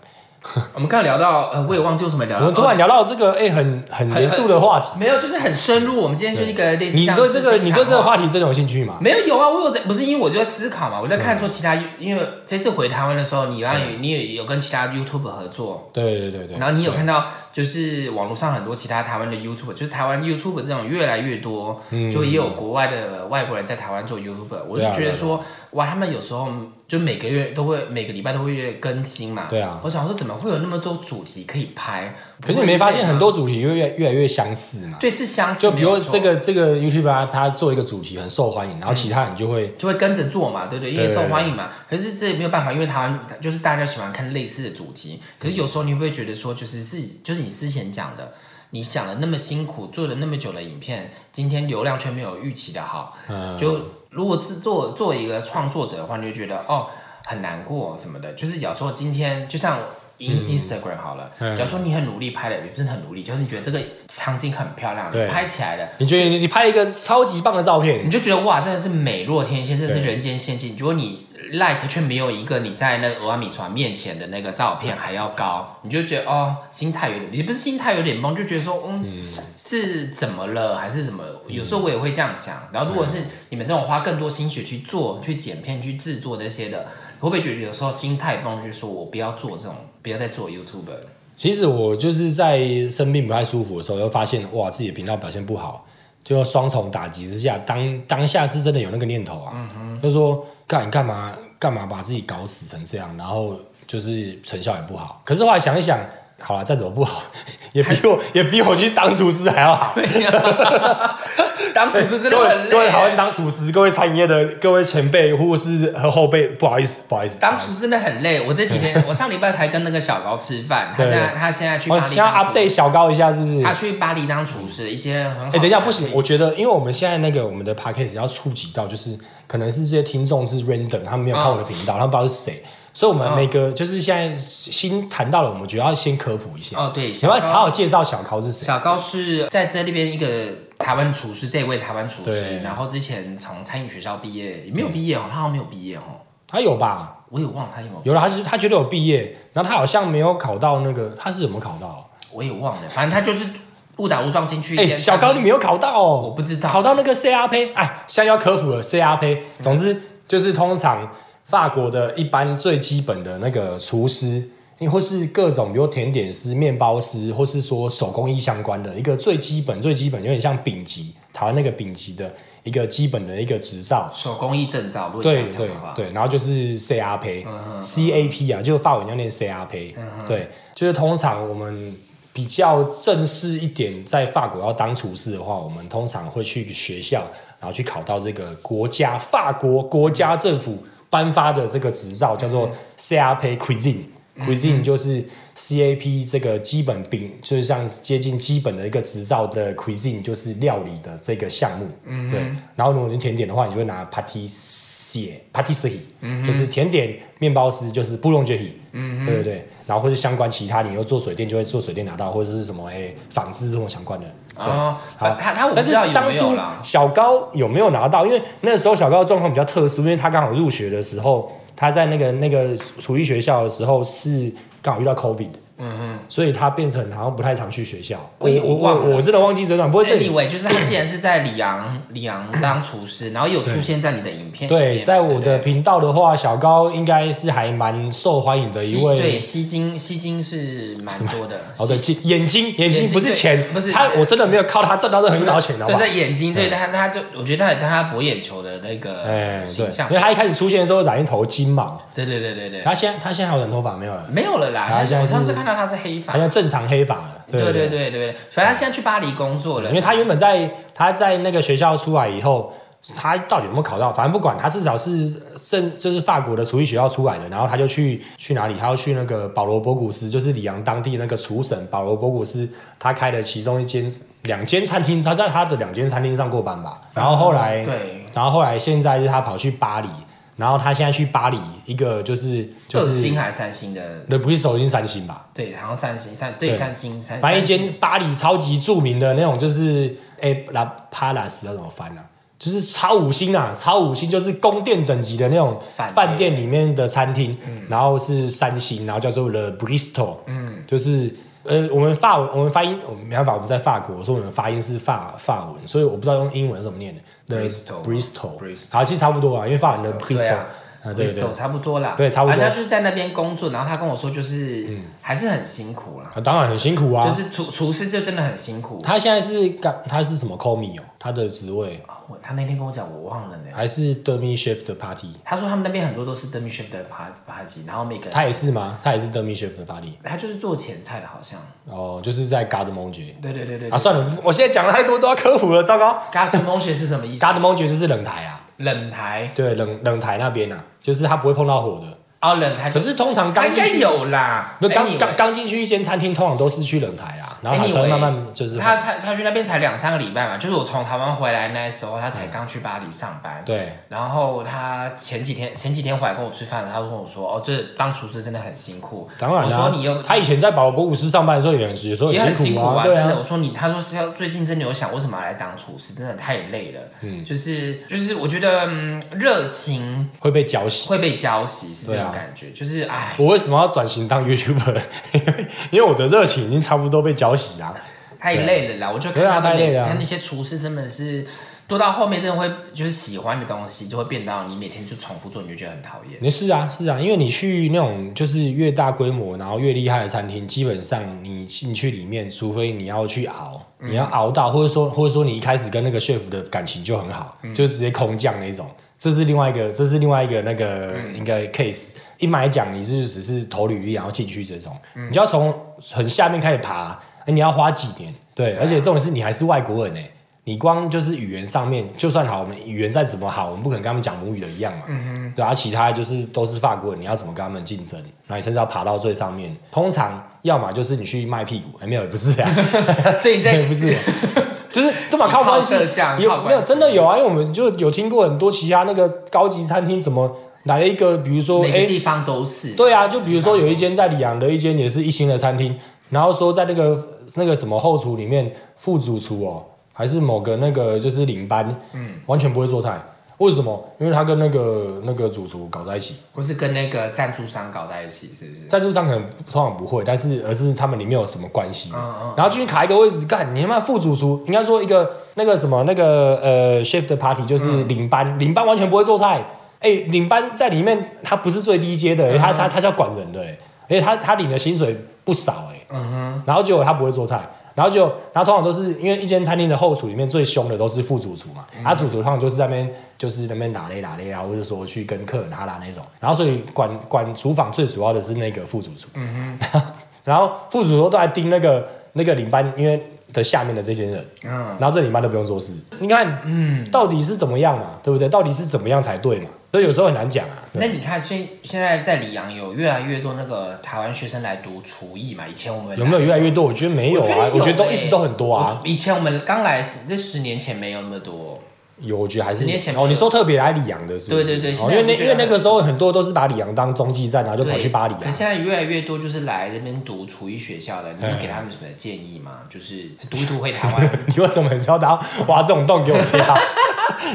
我们刚刚聊到，呃，我也忘记为什么聊
我
到。
们突然聊到这个，哎、很很严肃的话题。
没有，就是很深入。我们今天就是一个类似
你
像
对这
知
个
识
你对这个
谈话
话题真的有兴趣吗？
没有有啊，我有在，不是因为我就在思考嘛，我在看说其他，因为这次回台湾的时候，你让你你也有跟其他 YouTube 合作，
对对对嗯对。
然后你有看到就是网络上很多其他台湾的 YouTube，就是台湾 YouTube 这种越来越多，就也有国外的外国人在台湾做 YouTube，我
嗯对
就
啊
觉得说哇，他们有时候就每个月都会每个礼拜都会更新嘛，
对啊
我想说怎么会有那么多主题可以拍？
可是你没发现很多主题越越越来越相似吗？
对是相似，
就比
没
如
有错
这个这个 YouTube 啊，他做一个主题很受欢迎，然后其他人就会
就会跟着做嘛，对不对？因为
对
受欢迎嘛。可是这也没有办法，因为台湾就是大家喜欢看类似的主题。可是有时候你会不会觉得说，就是自己就是你之前讲的，你想了那么辛苦，做了那么久的影片，今天流量却没有预期的好。
嗯
就如果是做做一个创作者的话，你就觉得哦很难过什么的。就是有时候今天就像。In Instagram 好了，
嗯
假如说你很努力拍的，也不是很努力，就是你觉得这个场景很漂亮，
对
拍起来了，
你觉得你你拍一个超级棒的照
你
片，
就觉得哇，真的是美若天仙，这是
对
人间仙境。如果你 like 却没有一个你在那个俄阿米船面前的那个照片还要高，你就觉得哦，心态有点也不是心态有点懵，就觉得说嗯是怎么了还是怎么？有
嗯
时候我也会这样想。然后如果是你们这种花更多心血去做、去剪片、去制作这些的，会不会觉得有时候心态崩，就说我不要做这种，不要再做 YouTube 了？
[LAUGHS] 其实我就是在生病不太舒服的时候，又发现哇自己的频道表现不好，就双重打击之下，当当下是真的有那个念头啊，就说干你干嘛干嘛把自己搞死成这样，然后就是成效也不好。可是后来想一想，好了，再怎么不好， [LAUGHS] 也比我也比我去当厨师还要
[LAUGHS]
好。
当厨师真的
各
很
位
累。
各位台湾当厨师，各位餐饮业的各位前辈或是和后辈，不好意思，不好意思，
当厨师真的很累，我这几天我上礼拜才跟那个小高吃饭，他
对
现在他现在去巴
我
黎当
现在
厨师
哦 update 小高一下，是不是？
他去巴黎当厨师，一间很好。
哎、等一下，不行，，我觉得，因为我们现在那个我们的 podcast 要触及到，就是可能是这些听众是 random，他们没有看我的频道，他们不知道是谁，所以我们每个、就是现在新谈到了，我们觉得要先科普一下。
哦对
你要不
小
要
高
好好介绍小高是谁？
小高是在这里边一个台湾厨师，这位台湾厨师，
对
然后之前从餐饮学校毕业，也没有毕业哦，他好像没有毕业哦，
他有吧？
我也忘了他有没有，
有了，他是他觉得有毕业，然后他好像没有考到那个，他是有没有考到？
我也忘了，反正他就是误打误撞进去一
哎、
间。
小高你没有考到哦，
我不知道嗯
考到那个 CRP，哎，现在要科普了 CRP。总之就是通常法国的一般最基本的那个厨师，或是各种比如甜点师、面包师，或是说手工艺相关的一个最基本、最基本，有点像丙级，台湾那个丙级的一个基本的一个执照。
手工艺证照，如果
对
你这
对
样讲的话，嗯
对，然后就是 CRP，CAP 啊，就是法文要念 CRP，对，就是通常我们比较正式一点，在法国要当厨师的话，我们通常会去学校，然后去考到这个国家法国国家政府颁发的这个执照，叫
嗯
做 CRP Cuisine。Cuisine 就是 CAP 这个基本饼，就是像接近基本的一个执照的 Cuisine，就是料理的这个项目。嗯，对。然后如果你是甜点的话，你就会拿 pâtissier，pâtisserie，、就是甜点面包师，就是布隆杰希。嗯，对对对。然后或者相关其他，你又做水电就会做水电拿到，或者是什么哎纺织这种相关的。
哦，
好
他他我不
但
知
是
道有
当
没有
初
啦，
小高有没有拿到？因为那时候小高的状况比较特殊，因为他刚好入学的时候，他在那个那个厨艺学校的时候是刚好遇到 COVID，嗯所以他变成好像不太常去学校。我
我
我
忘了
我我真的忘记这段，不过这里
anyway，就是他既然是在里昂 [CLEARS THROAT] 里昂当厨师，然后有出现在你的影片里面，
对，在我
对
的频道的话，小高应该是还蛮受欢迎的一
吸对
位。
吸金吸金是蛮多的，
[LAUGHS] 好的，眼睛眼睛眼睛
睛
不是
对
钱，
不是
他，
对
我真的没有靠他赚到任何一毛钱，好不
对，
好
在？眼睛对他他就我觉得他他博眼球的那个
嗯哎，对
形，象
因为，他一开始出现的时候染一头金毛，
对对对对对，
他现在他现在还有染头发没有了？
没有了啦。
然后现在
我上次
是
看到他是黑发
好，像正常黑发了。
对
对
对对对对，反正他现在去巴黎工作了，
因为他原本在他在那个学校出来以后，他到底有没有考到，反正不管，他至少是正就是法国的厨艺学校出来的，然后他就去去哪里？他要去那个保罗博古斯，就是里昂当地那个厨神保罗博古斯，他开的其中一间两间餐厅，他在他的两间餐厅上过班吧，然后后来、
嗯对
然后后来现在就是他跑去巴黎，然后他现在去巴黎一个就是就
二
是
星还是三星的，
那不是首星三星吧？
对，好像三星三对
对
三星三，
反正一
三
间巴黎超级著名的那种，就是哎拉帕拉斯那种翻啊，就是超五星啊，超五星就是宫殿等级的那种
饭店嗯
饭店里面的餐厅，然后是三星，然后叫做 The Bristol，嗯，就是。呃，我们法文，我们发音，我们没办法，我们在法国，所以我们发音是法法文，所以我不知道用英文怎么念的。The
Bristol
Bristol，
Bristol
好，其实差不多啊，因为法文的
星
Bristol，
对啊。
啊，对对
Bristol，差不多啦，
对差不多嗯
反正他就是在那边工作，然后他跟我说，就是、还是很辛苦啦，
啊，当然很辛苦啊。
就是厨厨师就真的很辛苦。
他现在是干，他是什么 c o m i 哦，他的职位。
哦我他那天跟我讲，我忘了呢。
还是 Dummy Chef 的 party，
他说他们那边很多都是 demi chef 的扒扒鸡，然后每个
他也是吗？他也是 Dummy Chef 的 party，
他就是做前菜的，好像。
哦，就是在 g a r d e m o n g
对对对对。
e 啊，算了，我现在讲了太多都要科普了，糟糕
g a s m o t i o n 是什么意
g
思
a r d e m o n g e 就是冷台啊，
冷台
对，冷冷台那边啊，就是他不会碰到火的。
哦，冷台。
可是通常
他
刚
应
进
该
去，
有啦。
不是刚
Anyway
刚刚进去一间餐厅，通常都是去冷台啊，然后他才会
Anyway，
慢慢就是
他才他去那边才两三个礼拜嘛，就是我从台湾回来那时候，他才刚去巴黎上班。。
对，
然后他前几天前几天回来跟我吃饭，他就跟我说：“哦，这当厨师真的很辛苦。”
当然
我
啦、
说你又
他以前在保罗博古斯上班的时候也很有时候
也很辛苦
啊，
真
对
的。
啊，
我说你，他说是要最近真的有想为什么要来当厨师，真的太累了。嗯，就是就是，我觉得嗯热、情
会被浇熄。
会被浇熄，是这
对
种
啊
感觉。就是哎，
我为什么要转型当 YouTuber？因为 [LAUGHS] 我的热情已经差不多被浇熄啦。
太累了啦。我就看
对啊
他们
太累了啊
每他那些厨师真的是做到后面，真的会就是喜欢的东西就会变到你每天就重复做，你就觉得很讨厌。
你是啊，是啊，因为你去那种就是越大规模，然后越厉害的餐厅，基本上你进去里面，除非你要去熬，你要熬到，或者说或者说你一开始跟那个 chef 的感情就很好，就直接空降那种。这是另外一个，这是另外一个那个应该 case。一买奖你是只是投履历然后进去这种，你就要从很下面开始爬，哎你要花几年？对，而且重点是你还是外国人欸呢、你光就是语言上面，就算好，我们语言再怎么好，我们不可能跟他们讲母语的一样嘛。
嗯
对啊，其他就是都是法国人，你要怎么跟他们竞争？然后你甚至要爬到最上面。通常要么就是你去卖屁股，哎、没有，不是
[LAUGHS]
啊，
所以你在
[LAUGHS] 不是，就是这么靠关系
靠色相，靠
有
关系
没有真的有啊？因为我们就有听过很多其他那个高级餐厅怎么来了一个，比如说哎、
每个地方都是。
对啊，就比如说有一间在里昂的一间也是一星的餐厅，然后说在那个那个什么后厨里面副主厨哦，还是某个那个就是领班，嗯，完全不会做菜，为什么？因为他跟那个那个主厨搞在一起。
不是跟那个赞助商搞在一起，是不是？
赞助商可能通常不会，但是而是他们里面有什么关系，
嗯嗯
然后进去卡一个位置，干你他妈副主厨，应该说一个那个什么那个呃 chef 的 party 就是领班，
嗯
领班完全不会做菜，哎、领班在里面他不是最低阶的、他他他是要管人的、哎而且他他领的薪水不少哎、
嗯哼，
然后结果他不会做菜，然后就然后通常都是因为一间餐厅的后厨里面最凶的都是副主厨嘛，
嗯
他、主厨通常就是在那边就是那边打擂打擂啊，或者说去跟客人哈拉那种，然后所以管管厨房最主要的是那个副主厨，嗯哼， [LAUGHS] 然后副主厨都在盯那个那个领班，因为的下面的这些人，
嗯，
然后这领班都不用做事，你看，嗯，到底是怎么样嘛，对不对？到底是怎么样才对嘛？所以有时候很难讲啊。对
那你看，现现在在里昂有越来越多那个台湾学生来读厨艺嘛？以前我们
有没有越来越多？我觉得没有
我觉得
啊，
有
我觉得都
欸
一直都很多啊。
我以前我们刚来时，这十年前没有那么多。
有，我觉得还是
十年前没有
哦，你说特别来里昂的是不是？
对对对现
哦、
在
因为那
我觉得
因为那个时候很多都是把里昂当中继站，然后就跑
对
去巴黎
可
啊。
现在越来越多就是来这边读厨艺学校的，你
嗯
会给他们什么
[LAUGHS]
建议吗？就是读一读回台湾，
你为什么每次要打挖这种洞给我跳？啊 [LAUGHS]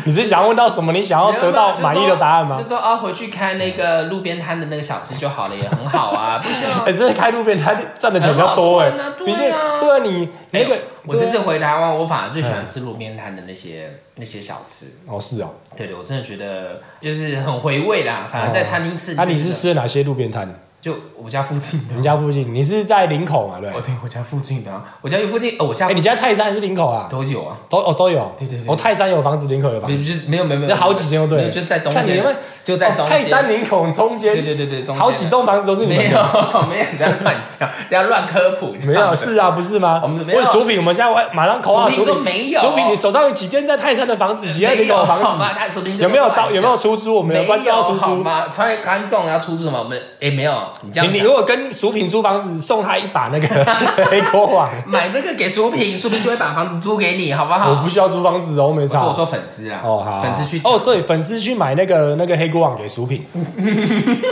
你是想要问到什么？你想要得到满意的答案吗
就？说啊，回去开那个路边摊的那个小吃就好了，也很好啊。不需要
[LAUGHS] 哎、真的开路边摊占的钱比较多哎、
很好赚啊
你
对啊
这对啊，你那
没有
个
我这次
对啊嗯
回台湾，我反而最喜欢吃路边摊的那些那些小吃。
哦是哦，
对对，我真的觉得就是很回味啦。反而在餐厅吃，
那、哦啊你
就是觉得
吃了哪些路边摊？
就我们家附近的
你。家附近？你是在林口嘛？对不
哦，
对，
对，我家附近的啊，我家附近，哦，我家
哎、
附
你家泰山还是林口啊？
都有啊，
都哦都有，
对对对
哦泰山有房子，林口有房
没有
子，
就是没有没有没有，
这好几间都对
没有就是在中
看你
间
们，
就在
哦
中间，
泰山林口中间，
对对对对，中间
好几栋房子都是你
没
们
有
的。
没有，你 [LAUGHS] 在乱讲，这样乱科普，
没有是啊，不是吗？
我们没有
问薯饼，我们现在外马上口号薯
薯饼说
饼，
没有
薯饼，你手上有几间在泰山的房子，几
没
间
有
林口的房
好吗
子？
他说不定就
有没有
是乱
招？
讲
有没有？出租？我们
没
有观众要出
好
租。
吗？穿观众要出租吗？我们哎没有，你这样
你你
讲
如果跟薯饼租房子，送他一把那个 [LAUGHS] 黑锅碗。
[LAUGHS] 买那个给薯饼，薯饼就会把房子租给你，好不好？
我不需要租房子哦，没
不是
差。
我说粉丝啊，
哦，好，
粉丝去
哦，对，粉丝去买那个那个黑锅网给薯品， [LAUGHS]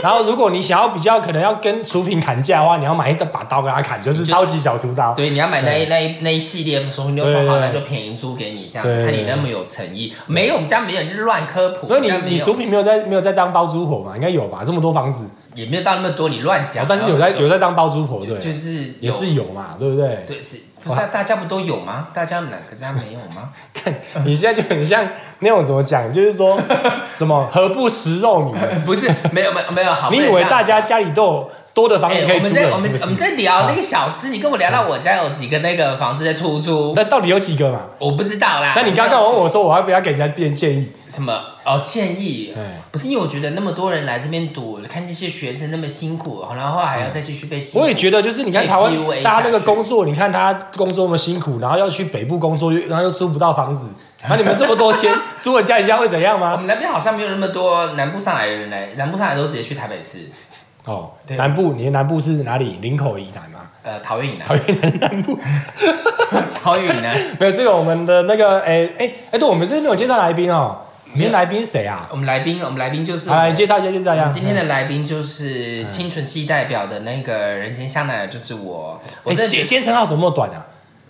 然后如果你想要比较可能要跟薯品砍价的话，你要买一把刀给他砍，就是超级小厨刀。
对，你要买那一那一那一系列，说你就说
对
好，
对
那
对
就便宜租给你，这样
对对
看你
对
那么有诚意。没有，我们家没有，就是乱科普。
所以
我们家
你
没
你
有
薯品没有在没有在当包租婆嘛？应该有吧？这么多房子，
也没有到那么多，你乱讲。
哦但是有在有在当包租婆，
就
对，啊
是
也是有嘛，对不对？
对是，不是啊大家不都有吗？大家哪个家没有
[LAUGHS]
吗？
看你现在就很像那种怎么讲，就是
[LAUGHS]
说什么何不食肉糜？
不是，没有没有没有好。
你以
不
为
能这样
大家家里都有多的房
哎
子可以
我
租
们在我
了，是
们
不
我们
是？
在聊那个小吃，你跟我聊到我家有几个那个房子在出租，
那到底有几个嘛？
我不知道啦。
那你刚刚问我说我要不要给人家别人建议？
什么哦建议
哎？
不是因为我觉得那么多人来这边读，看这些学生那么辛苦，然后还要再继续被辛苦。
我也觉得，就是你看
被
台湾
PUA
大家那个
下去
工作，你看他工作那么辛苦，然后要去北部工作，又然后又租不到房子，然后你们这么多间 [LAUGHS] 租人家一下会怎样
我
吗？
们那边好像没有那么多南部上来的人来，南部上来都直接去台北市，
哦，
对
南部，你的南部是哪里？林口以南吗？
呃，桃园以南
桃，园南南部
桃园以南，
[LAUGHS] 没有这个我们的那个哎哎哎，对，我们这边有介绍来宾哦，你今天来宾是谁啊？
我们来宾，我们来宾就是
好来介绍一下，介绍一
我
下。哎
们今天的来宾就是清纯系代表的那个人间香奈儿，就是我。我
哎，
真的觉
姐姐
得，
称号怎么那么短啊？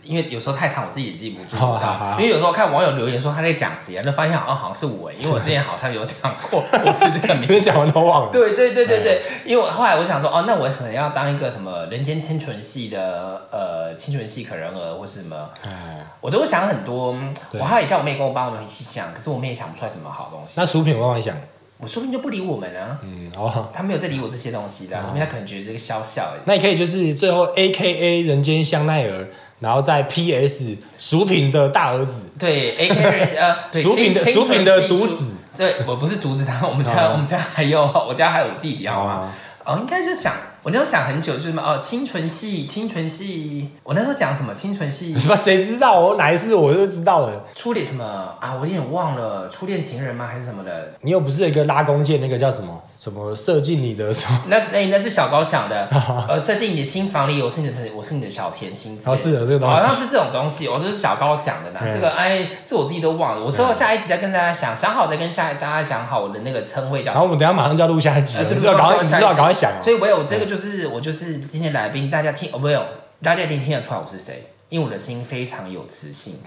因为有时候太长，我自己也记不住，
好
你知
好好
道
好
因为有时候看网友留言说他在讲谁啊，就发现好像好像是我，因为我之前好像有讲过我是这个名
你
字。
们讲完都忘了。
对对对对对，因为我后来我想说，哦，那我可能要当一个什么人间清纯系的呃清纯系可人儿或是什么，
哎，
我都会想很多。嗯
对
我后来也叫我妹跟我爸我们一起想，可是我妹也想不出来什么好东西。
那薯品我帮你想，
我说不定就不理我们啊，
嗯，哦。
他没有在理我这些东西的啊，因为他可能觉得这个小小
那你可以就是最后 A K A 人间香奈儿，然后再 P S 薯品的大儿子，
对，A K 人
[LAUGHS]
呃，对
薯饼的
清
薯饼的独。
清纯系
子
出对，我不是独子，他我们家
哦
我们家还有我家还有弟弟，好吗
啊？
哦，应该就想，我那时候想很久，就是什么哦，清纯系，清纯系，我那时候讲什么清纯系
[LAUGHS] 你，妈谁知道我哪一次我就知道了。
初恋什么啊，我有点忘了，初恋情人吗还是什么的？
你又不是有一个拉弓箭那个叫什么什么射进你的什么？
那那那是小高
[LAUGHS]
想的，呃，射进你的心房里，我是你的，我是你的小甜心之类的。
哦是有这个东西
好像是这种东西，我、哦这是小高讲的啦。
嗯
这个哎，这我自己都忘了，我之后下一集再跟大家想，想好再跟下大家想好我的那个称谓叫什
然
么
后我们等一下马上就要录下一集了，
呃对
你知道赶快，你
对
知
对
道赶快想
所
哦。
以我有这个，就是我就是今天来宾，大家听哦，没有，大家一定听得出来我是谁，因为我的声音非常有磁性。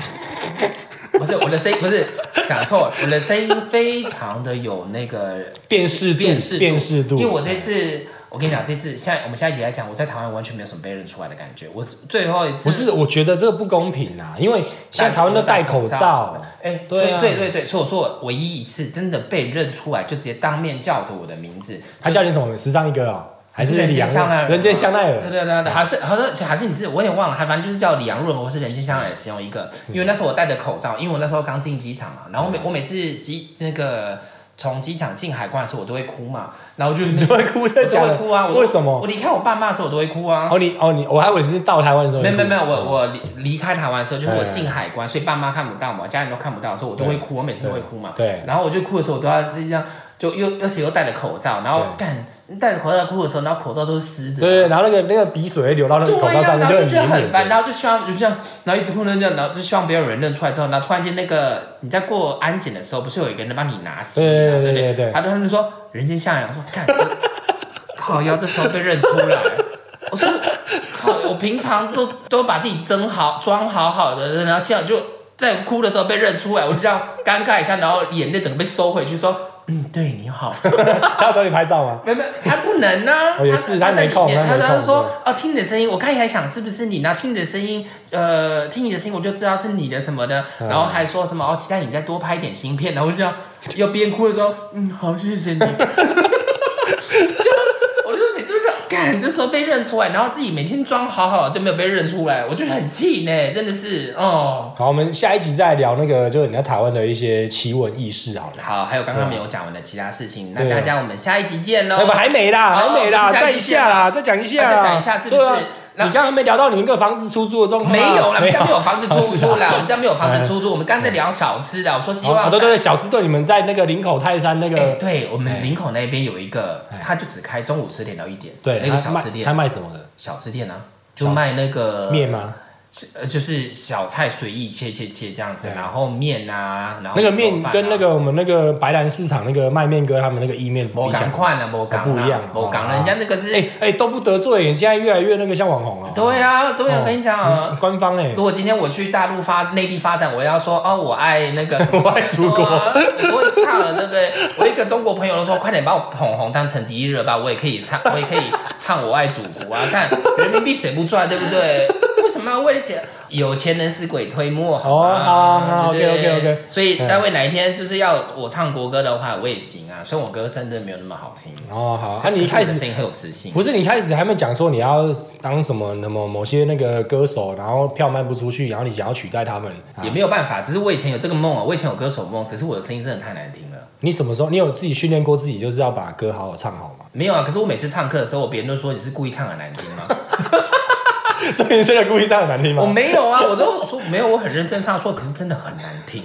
不是我的声音，不是讲错，我的声音非常的有那个
辨识度
辨识，度
辨识度，
因为我这次。我跟你讲，这次现在我们下一集来讲，我在台湾完全没有什么被认出来的感觉。我最后一次
不是，我觉得这个不公平啊，因为现在台湾都戴口罩，，
哎，所
对
以
啊
对对对，所以我说我唯一一次真的被认出来，就直接当面叫着我的名字，
他叫你什么？时尚一哥哦，还是
人
李
间
阳
香奈儿？
人间香奈
对
儿，
对对对，还是好像还是你是我有点忘了，还反正就是叫李阳润或是人间香奈儿其中一个。
嗯
因为那时候我戴着口罩，因为我那时候刚进机场嘛，然后我每我每次机那个从机场进海关的时候，我都会哭嘛，然后就是
你会哭
我
在
都
讲
会哭啊，我都
为什么
我？离开我爸妈的时候我都会哭啊。
哦，你哦你，我还以为是到台湾的时候
没
你
有
哭。
没有没有，我我离离开台湾的时候，
哎
就是我进海关，所以爸妈看不到嘛，家人都看不到的时候，我都会哭，我每次都会哭嘛。
对
然后我就哭的时候，我都要自己这样，就又而且又戴着口罩，然后干戴着口罩哭的时候，然后口罩都是湿的。
对啊对，然后那个那个鼻水会流到那个
对
口罩
呀、
上面，
然后
就
就觉得
很
很
明
烦，
显。
然后就希望就这样，然后一直哭那样，然后就希望不要有人认出来之后，然后突然间那个你在过安检的时候，不是有一个人帮你拿行李
对对
嘛，对
对
不
对对
他他们就说人间向阳，我说干，这靠腰这时候被认出来，我说靠，我平常都都把自己整好装好好的，然后现在就在哭的时候被认出来，我就这样尴尬一下，然后眼泪整个被收回去，说：“嗯，对你好。
他要找你拍照吗？
没”没有，他不能啊。
哦也是
他
他没空
他在里面
他没
他
空
就说
对：“
哦，听你的声音，我刚才还想是不是你呢？听你的声音，呃，听你的声音，我就知道是你的什么的。”
嗯
然后还说什么：“哦，期待你再多拍一点新片。”然后我就这样 [LAUGHS] 又边哭的说：“嗯，好，谢谢你。” [LAUGHS] 就我就每次就想，干，这时候被认出来，然后自己每天装好好的就没有被认出来，我觉得很气呢，真的是哦。
好，我们下一集再聊那个，就是你在台湾的一些奇闻异事好了。
好，还有刚刚没有讲完的其他事情，那
对啊
大家我们下一集见喽
那。不还没啦，
呃好
还没啦，
我们下
再
一
一
集见
下啦，再讲一下
啊
啦，
再讲一下是不
对啊
是那
你刚刚没聊到你那个房子出租的状况啊，
[LAUGHS] 没有
[LAUGHS]
啦，我们家没有房子
哦
出
是啊嗯
租啦，我们家没有房子
[LAUGHS]
出租。我们刚才在聊小吃的，我说希
哦
望
哦，对对对，小师队，你们在那个林口泰山那
哎
个，
对我们林口那边有一个，他就只开中午十点到一点，
哎对，
那个
他
小
卖
吃
他
店，
卖什么的
小吃店啊，就卖那个
面吗？
呃，就是小菜随意切切切这样子，
哎
然后面啊，然后
那个面
牛肉饭啊
跟那个我们那个白兰市场那个卖面哥他们那个意面比
某
起
港
来，
哦快了，某港啊
不一样
某港
哦
人家那个是，
哎哎都不得罪，现在越来越那个像网红了。
对啊，对
哦
啊，我跟你讲啊，
官方哎
如，果今天我去大陆发内地发展，我要说哦，我爱那个
[LAUGHS]
什么，
我爱祖国
啊我会唱了，对不对？我一个中国朋友都说，快点把我捧红当成第一热吧，我也可以唱， [LAUGHS] 我也可以唱我爱祖国啊！看人民币谁不赚，对不对？为什么要为了钱？有钱能使鬼推磨，好吗
哦好好
对不对
OK，OK，OK
所以待会哪一天就是要我唱国歌的话，我也行啊。虽然我歌声真的没有那么好听，
哦好，那你一开
可是我的
始
声音很有磁性，
不是你一开始还没讲说你要当什么什么某些那个歌手，然后票卖不出去，然后你想要取代他们，啊
也没有办法。只是我以前有这个梦啊，我以前有歌手梦，可是我的声音真的太难听了。
你什么时候你有自己训练过自己，就是要把歌好好唱好
[LAUGHS]
吗？
没有啊，可是我每次唱歌的时候，别人都说你是故意唱很难听吗？
所以你真的故意唱很难听吗？
我没有啊，我都说没有，我很认真唱说，可是真的很难听。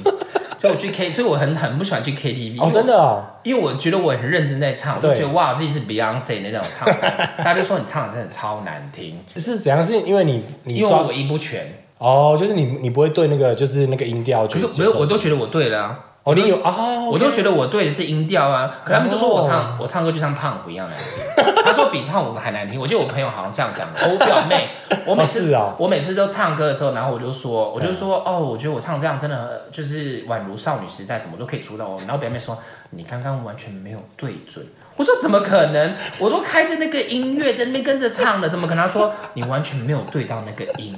所以我去 K，所以我很很不喜欢去 KTV
哦，真的哦，
因为我，因为我觉得我很认真在唱，我就
对
觉得哇自己是 Beyonce 那种唱法，
[LAUGHS]
大家就说你唱的真的超难听，
是怎样？是因为你你
因为
抓
我音不全，
哦，就是你你不会对那个就是那个音调去
可
去
是
做，
没有，我都觉得我对了、啊。
哦，你有哦，
我都觉得我对的是音调啊，可他们都说我唱、我唱歌就像胖虎一样难听， [LAUGHS] 他说比胖虎还难听。我记得我朋友好像这样讲的，我表
[LAUGHS]
妹，我每次、
是啊嗯
我每次都唱歌的时候，然后我就说我就说、哦，我觉得我唱这样真的呃就是宛如少女时代，什么都可以出道哦。然后表妹说你刚刚完全没有对准。我说怎么可能？我都开着那个音乐在那边跟着唱了，怎么可能？他说你完全没有对到那个音。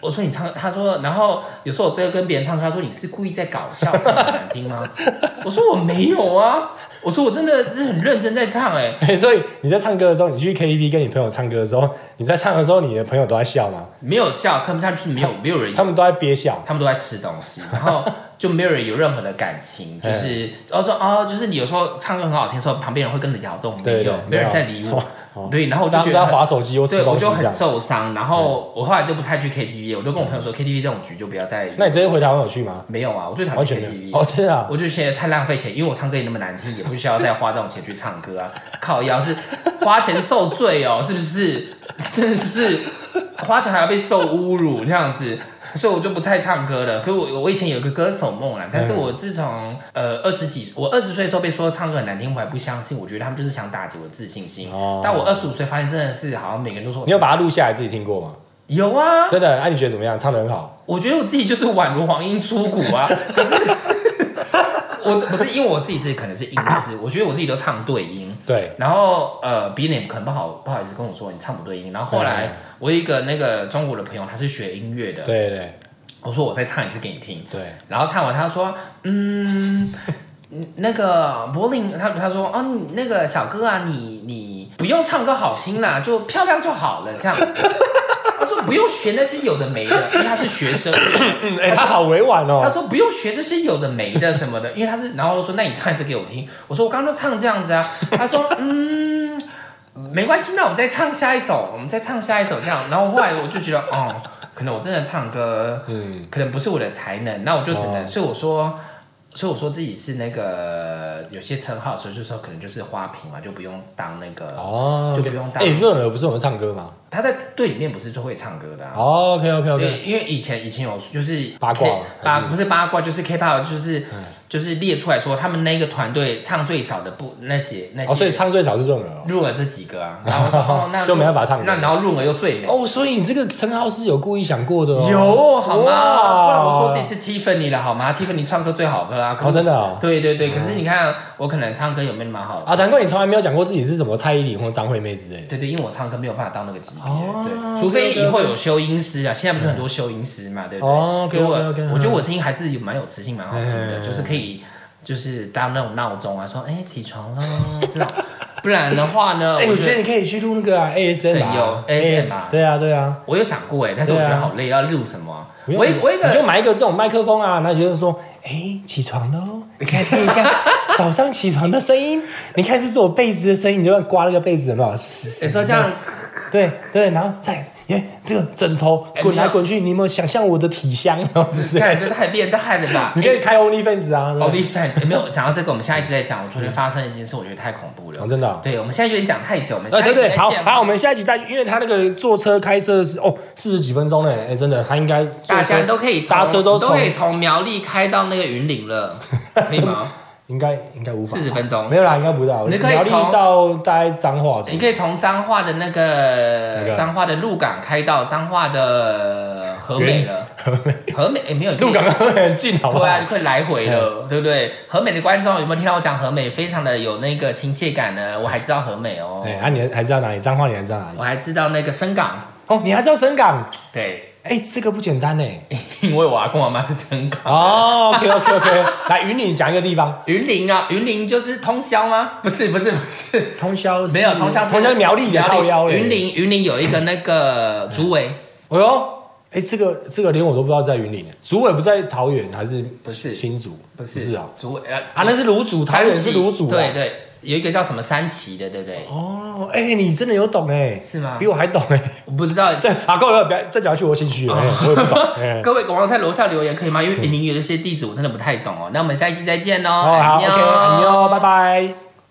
我说你唱，他说，然后有时候我这个跟别人唱歌，他说你是故意在搞笑，唱的难
[LAUGHS]
听吗？我说我没有啊，我说我真的是很认真在唱、欸，
哎、 [LAUGHS] 所以你在唱歌的时候，你去 KTV 跟你朋友唱歌的时候，你在唱的时候，你的朋友都在笑吗？
没有笑，看不下去，没有没有人
他们都在憋笑。
他们都在吃东西，然后就没有人有任何的感情，
哎
就是然后说哦，就是你有时候唱歌很好听的时候，旁边人会跟着摇动，没
对
有
对，
没
没
有人
有哦
在理我，对，然后我就
他
觉
们
得
都在
很
划手机又吃
对，
东
我
西
就
这
很
样。嗯
受伤，然后我后来就不太去 KTV，我就跟我朋友说 KTV 这种局就不要再。
那你这次回台湾有去吗？
没有啊，我最讨
完
厌
全没
KTV
有。哦，真的啊。
我就觉得太浪费钱，因为我唱歌也那么难听，也不需要再花这种钱去唱歌啊。 [LAUGHS] 靠腰是花钱受罪哦，是不是？ [LAUGHS] 真的是花钱还要被受侮辱这样子，所以我就不太唱歌了。可我我以前有个歌手梦啦，但是我自从呃二十几，我二十岁的时候被说唱歌很难听，我还不相信，我觉得他们就是想打击我的自信心。
哦
但我二十五岁发现真的是好像每个人都说
你有把它录下来自己听过吗？
有啊，
真的？哎、你觉得怎么样？唱的很好。
我觉得我自己就是宛如黄莺出谷
[LAUGHS]
啊，可是我不是因为我自己是可能是音痴，我觉得我自己都唱对音。
对，
然后呃，别人也可能不好不好意思跟我说你唱不对音。然后后来
嗯
我有一个那个中国的朋友，他是学音乐的，
对对
我说我再唱一次给你听。
对。
然后唱完他说，嗯，那个柏林，他他说哦，你那个小哥啊，你你不用唱歌好听啦，就漂亮就好了这样子。他说不用学那些有的没的，因为他是学生。
嗯，哎、他好委婉
他
哦。
说不用学这些有的没的什么的，因为他是，然后我说那你唱一次给我听。我说我刚刚都唱这样子啊。他说 [LAUGHS] 嗯，没关系，那我们再唱下一首，我们再唱下一首这样。然后后来我就觉得， [LAUGHS] 哦，可能我真的唱歌，
嗯，
可能不是我的才能，那我就只能，
哦
所以我说。所以我说自己是那个有些称号，所以就说可能就是花瓶嘛，就不用当那个
哦，
就不用当
哎、润儿不是有唱歌吗？哦
他在队里面不是最会唱歌的啊。
OK OK
因
OK，
为因为以前以前有就是
八卦
K- 八
还是嗯
不是八卦就是 K-pop 就是就是列出来说他们那个团队唱最少的不那些那
哦，所以
些
唱最少是这种人哦。
入了这几个啊，然后
[LAUGHS]
我说哦那
就没办法唱歌
那然后入了又最美
哦，所以你这个称号是有故意想过的哦。
有好吗？
哇
不然我说自己是 Tiffany 了好吗？Tiffany 唱歌最好的啦，可
哦，
是
真的哦。
对对对，可是你看我可能唱歌有没有蛮好的，
啊，难怪你从来没有讲过自己是什么蔡依林或张惠妹之类的。
对对，因为我唱歌没有办法到那个级
哦
别，对，除非以后
OK，OK，OK
有修音师啊，现在不是很多修音师嘛，对不
嗯
对？
哦
如果
，OK，OK，OK，
我觉得我声音还是有蛮有磁性，蛮好听的，
嗯
就是可以就是当那种闹钟啊，说哎起床喽这种，不然的话呢，
[LAUGHS] 哎，
我
我觉
觉
得你
得。
可以去录那个啊
省
ASM
油
啊
ASMR
对啊对啊。
我有想过哎，但是我觉
对
得
啊
好累，要录什么啊？
不
我
用
有我有一个
你就买一个这种麦克风啊，然后你就说，哎，起床
[LAUGHS]
喽，你看听一下早上起床的声音，你看这是我被子的声音，你就刮那个被子有没有？
你
你
说这样，
对对，然后再耶，这个枕头
哎
滚
没
来
有
滚去，你有没有想象我的体
[LAUGHS]
香？然后是这样
看这太变态了
[LAUGHS]
吧？
你可以开 OnlyFans 啊，对
OnlyFans 欸没有讲到这个，我们下一集再讲。我昨天发生一件事，我觉得太恐怖了。
哦真的哦
对，我们现在有点讲太久，我们下
呃，
一集
对
再
对，
见
好
吧
好，我们下一集再去，因为他那个坐车开车是哦四十几分钟呢，哎，真的，他应该坐
大家
车
都可以从
搭车都
都
从
可以从苗栗开到那个云林
[LAUGHS]
了，可以吗？
应该应该无法
四十分钟
没，有啦，应该不到，
你可以
苗栗
从
到大概彰化左右，
你可以从彰化的那
哪
个
个
彰化的鹿港开到彰化的和美
[LAUGHS]
了，和美哎没有
鹿港。嗯很近，好不好
对？啊，你快来回了，对不对？和美的观众有没有听到我讲和美？非常的有那个亲切感呢。我还知道和美哦，
哎，啊，你还知道哪里？彰化你还知道哪里
我？还知道那个深港，
哦，你还知道神港？
对， [LAUGHS]
哎，这个不简单呢。
因为我阿公阿妈是真港。
哦，OK OK OK，来 [LAUGHS] 云岭讲一个地方，
云林啊，云林就是通宵吗？不是，不是，不是，
通宵是
没有通宵是。
通宵是苗栗的靠腰嘞
云，林，云林有一个那个竹围，
哎呦。哎，这个这个连我都不知道是在云林呢，竹尾不是在桃园还是
不是
新竹？
不是
是啊，
竹围呃，
啊，那是卤煮，桃园是卤煮、啊。
对。对，有一个叫什么三旗的，对不对？
哦，哎、你真的有懂哎、
是吗
比我还懂哎、
我不知道，
这啊，各位不要再讲下去，我心虚了、哎我也不懂。哎
各位广告在楼下留言可以吗？因为云林有一些地址我真的不太懂哦。那我们下一期再见喽。
哦，好
安妞
，OK，安妞，拜拜。